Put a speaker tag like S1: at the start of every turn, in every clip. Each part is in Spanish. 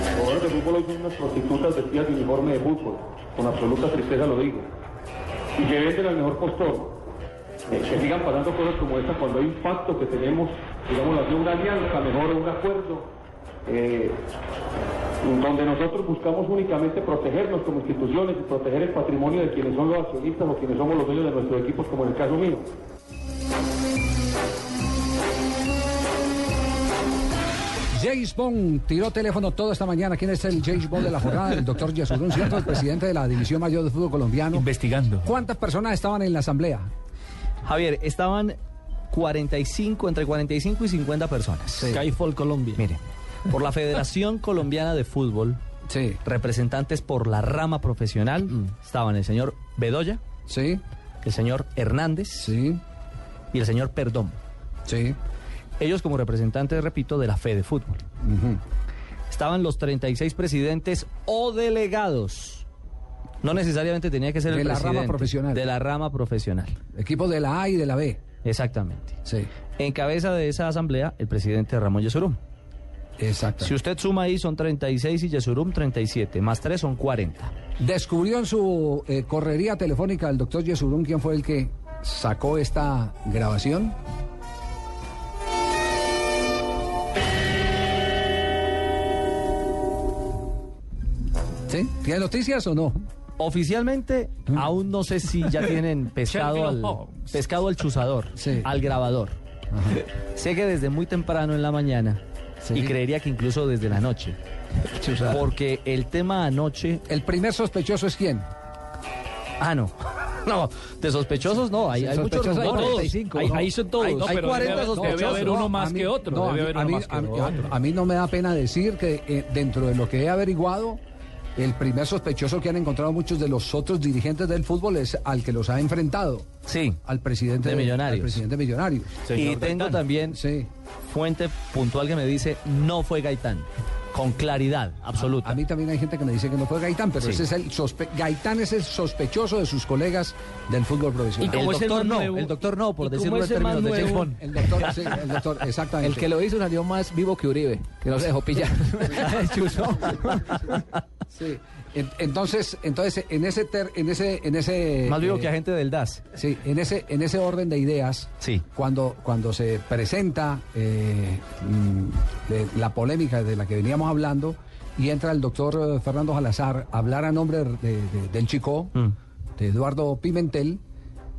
S1: de fútbol hoy mismo prostitutas vestidas de uniforme de fútbol, con absoluta tristeza lo digo, y que venden al mejor postor. Eh, que sigan pasando cosas como esta cuando hay un pacto que tenemos, digamos, así, una alianza, mejor un acuerdo, eh, donde nosotros buscamos únicamente protegernos como instituciones y proteger el patrimonio de quienes son los accionistas o quienes somos los dueños de nuestros equipos, como en el caso mío.
S2: James Bond tiró teléfono toda esta mañana. ¿Quién es el James Bond de la jornada? El doctor Yesurún, ¿cierto? El presidente de la División Mayor de Fútbol Colombiano.
S3: Investigando.
S2: ¿Cuántas personas estaban en la asamblea?
S4: Javier, estaban 45, entre 45 y 50 personas.
S3: Skyfall Colombia.
S4: Mire, por la Federación Colombiana de Fútbol,
S2: Sí.
S4: representantes por la rama profesional,
S2: Mm.
S4: estaban el señor Bedoya,
S2: Sí,
S4: el señor Hernández
S2: sí,
S4: y el señor Perdón.
S2: sí.
S4: Ellos como representantes, repito, de la Fe de Fútbol. Estaban los 36 presidentes o delegados. No necesariamente tenía que ser
S2: De
S4: el
S2: la rama
S4: presidente.
S2: profesional.
S4: De la rama profesional,
S2: Equipos de la A y de la B.
S4: exactamente.
S2: Sí,
S4: En cabeza de esa asamblea, el presidente Ramón Yesurún.
S2: exacto.
S4: Si usted suma ahí, son 36 y Yesurum 37, más 3 son 40.
S2: Descubrió en su eh, correría telefónica el doctor Yesurún quién fue el que sacó esta grabación. ¿Sí? ¿Tiene noticias o no?
S4: Oficialmente,
S2: Mm.
S4: aún no sé si ya tienen pescado al, pescado al chuzador,
S2: Sí.
S4: al grabador. Sé que desde muy temprano en la mañana,
S2: Sí.
S4: y creería que incluso desde la noche, porque el tema anoche...
S2: El primer sospechoso es quién?
S4: Ah, no. No, de sospechosos no, hay, hay muchos
S2: Sospechosos hay
S4: rumores.
S2: 35,
S4: Hay-
S2: ¿no?
S4: hay- hay- hay 40
S3: debe,
S4: sospechosos.
S3: haber uno más
S2: a mí-
S3: que otro.
S2: no, a
S3: debe
S2: mí-
S3: haber
S2: a
S3: uno
S2: mí-
S3: más que
S2: a mí-
S3: otro.
S2: A mí no me da pena decir que eh, dentro de lo que he averiguado, el primer sospechoso que han encontrado muchos de los otros dirigentes del fútbol es al que los ha enfrentado,
S4: Sí,
S2: al presidente
S4: De Millonarios.
S2: al presidente de Millonarios.
S4: y
S3: Señor
S4: tengo
S3: Gaitán.
S4: también
S2: Sí.
S4: fuente puntual que me dice no fue Gaitán, con claridad absoluta.
S2: A mí también hay gente que me dice que no fue Gaitán, pero
S4: Sí.
S2: ese es el sospe- Gaitán es el sospechoso de sus colegas del fútbol
S4: el
S2: profesional.
S3: cómo es el
S4: doctor
S3: más
S4: no,
S3: nuevo?
S4: el doctor no, por
S3: ¿Y cómo
S4: decirlo en
S3: es el más
S4: términos de James
S3: nuevo?
S4: Bond.
S2: El doctor, sí, el doctor, exactamente.
S5: El que lo hizo salió más vivo que Uribe, que no se dejó pillar. Chuzó.
S2: Sí. En- Entonces, entonces en ese ter- en ese en ese
S4: Más vivo
S2: eh,
S4: que agente del DAS.
S2: Sí, en ese, en ese orden de ideas,
S4: Sí.
S2: cuando, cuando se presenta eh, mm, de la polémica de la que veníamos hablando y entra el doctor eh, Fernando Salazar a hablar a nombre de- de- del chico,
S4: Mm.
S2: de Eduardo Pimentel,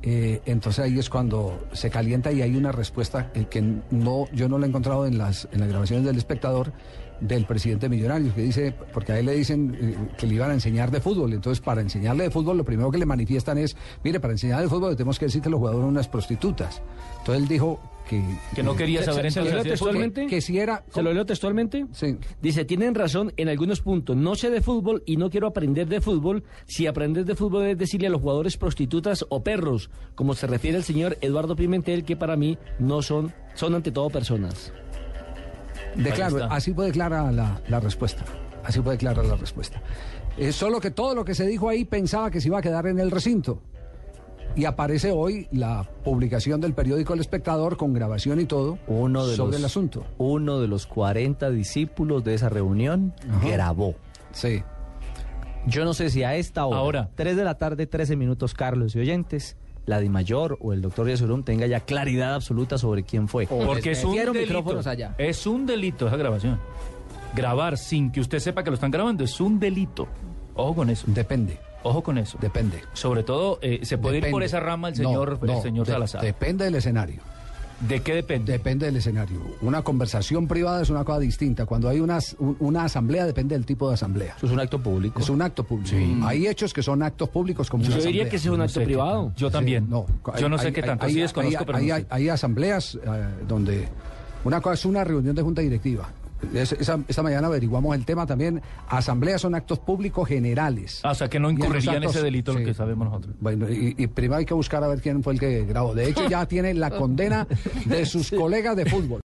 S2: eh, entonces ahí es cuando se calienta y hay una respuesta eh, que no, yo no la he encontrado en las, en las grabaciones del espectador del presidente Millonarios, que dice, porque a él le dicen eh, que le iban a enseñar de fútbol, entonces para enseñarle de fútbol lo primero que le manifiestan es, mire, para enseñarle de fútbol le tenemos que decir que los jugadores son unas prostitutas. Entonces él dijo que...
S3: Que no quería
S6: Se- se-
S3: saber
S6: se
S3: entonces
S6: lo
S3: si
S2: que-
S3: es fútbol.
S6: textualmente.
S2: que si era...
S6: ¿Se lo leo textualmente?
S2: Sí.
S6: Dice, tienen razón en algunos puntos. No sé de fútbol y no quiero aprender de fútbol. Si aprender de fútbol es decirle a los jugadores prostitutas o perros, como se refiere el señor Eduardo Pimentel, que para mí no son, son ante todo personas.
S2: Declaro,
S3: está.
S2: así fue clara la, la respuesta. Así fue clara la respuesta. Eh, solo que todo lo que se dijo ahí pensaba que se iba a quedar en el recinto. Y aparece hoy la publicación del periódico El Espectador con grabación y todo
S4: Uno de
S2: sobre
S4: los,
S2: el asunto.
S4: Uno de los 40 discípulos de esa reunión grabó.
S2: Sí.
S4: Yo no sé si a esta hora,
S3: Ahora.
S4: 3 de la tarde, 13 minutos, Carlos y oyentes, la Di Mayor o el doctor Yesurum tenga ya claridad absoluta sobre quién fue.
S3: Porque es un
S5: metieron
S3: delito.
S5: micrófonos allá.
S3: Es un delito esa grabación. Grabar sin que usted sepa que lo están grabando es un delito. Ojo con eso.
S2: Depende,
S3: Ojo con eso.
S2: depende.
S3: Sobre todo, eh, se puede ir
S2: Depende.
S3: por esa rama el
S2: No,
S3: señor, el
S2: no,
S3: señor
S2: de-
S3: Salazar.
S2: Depende del escenario.
S3: ¿De qué depende?
S2: Depende del escenario. Una conversación privada es una cosa distinta. Cuando hay una, as- un- una asamblea, depende del tipo de asamblea.
S4: Eso es un acto público.
S2: Es un acto público. Hay hechos que son actos públicos como una
S6: Yo diría
S2: asamblea.
S6: que ese es un
S3: No
S6: acto
S3: sé qué
S6: privado.
S3: tanto. Yo también.
S2: Sí, no,
S3: Yo no
S2: hay-
S3: sé
S2: hay-
S3: qué
S2: hay-
S3: tanto.
S2: hay-
S3: sí desconozco,
S2: hay-
S3: pero
S2: hay,
S3: no
S2: hay-
S3: sé.
S2: hay asambleas eh, donde una cosa es una reunión de junta directiva. Es- esa- esta mañana averiguamos el tema también. Asambleas son actos públicos generales.
S3: Ah, o sea, que no
S2: Y en los
S3: incurriría en ese
S2: actos-
S3: delito lo
S2: sí.
S3: que sabemos nosotros.
S2: Bueno, y, y primero hay que buscar a ver quién fue el que grabó. De hecho, ya tiene la condena de sus colegas de fútbol.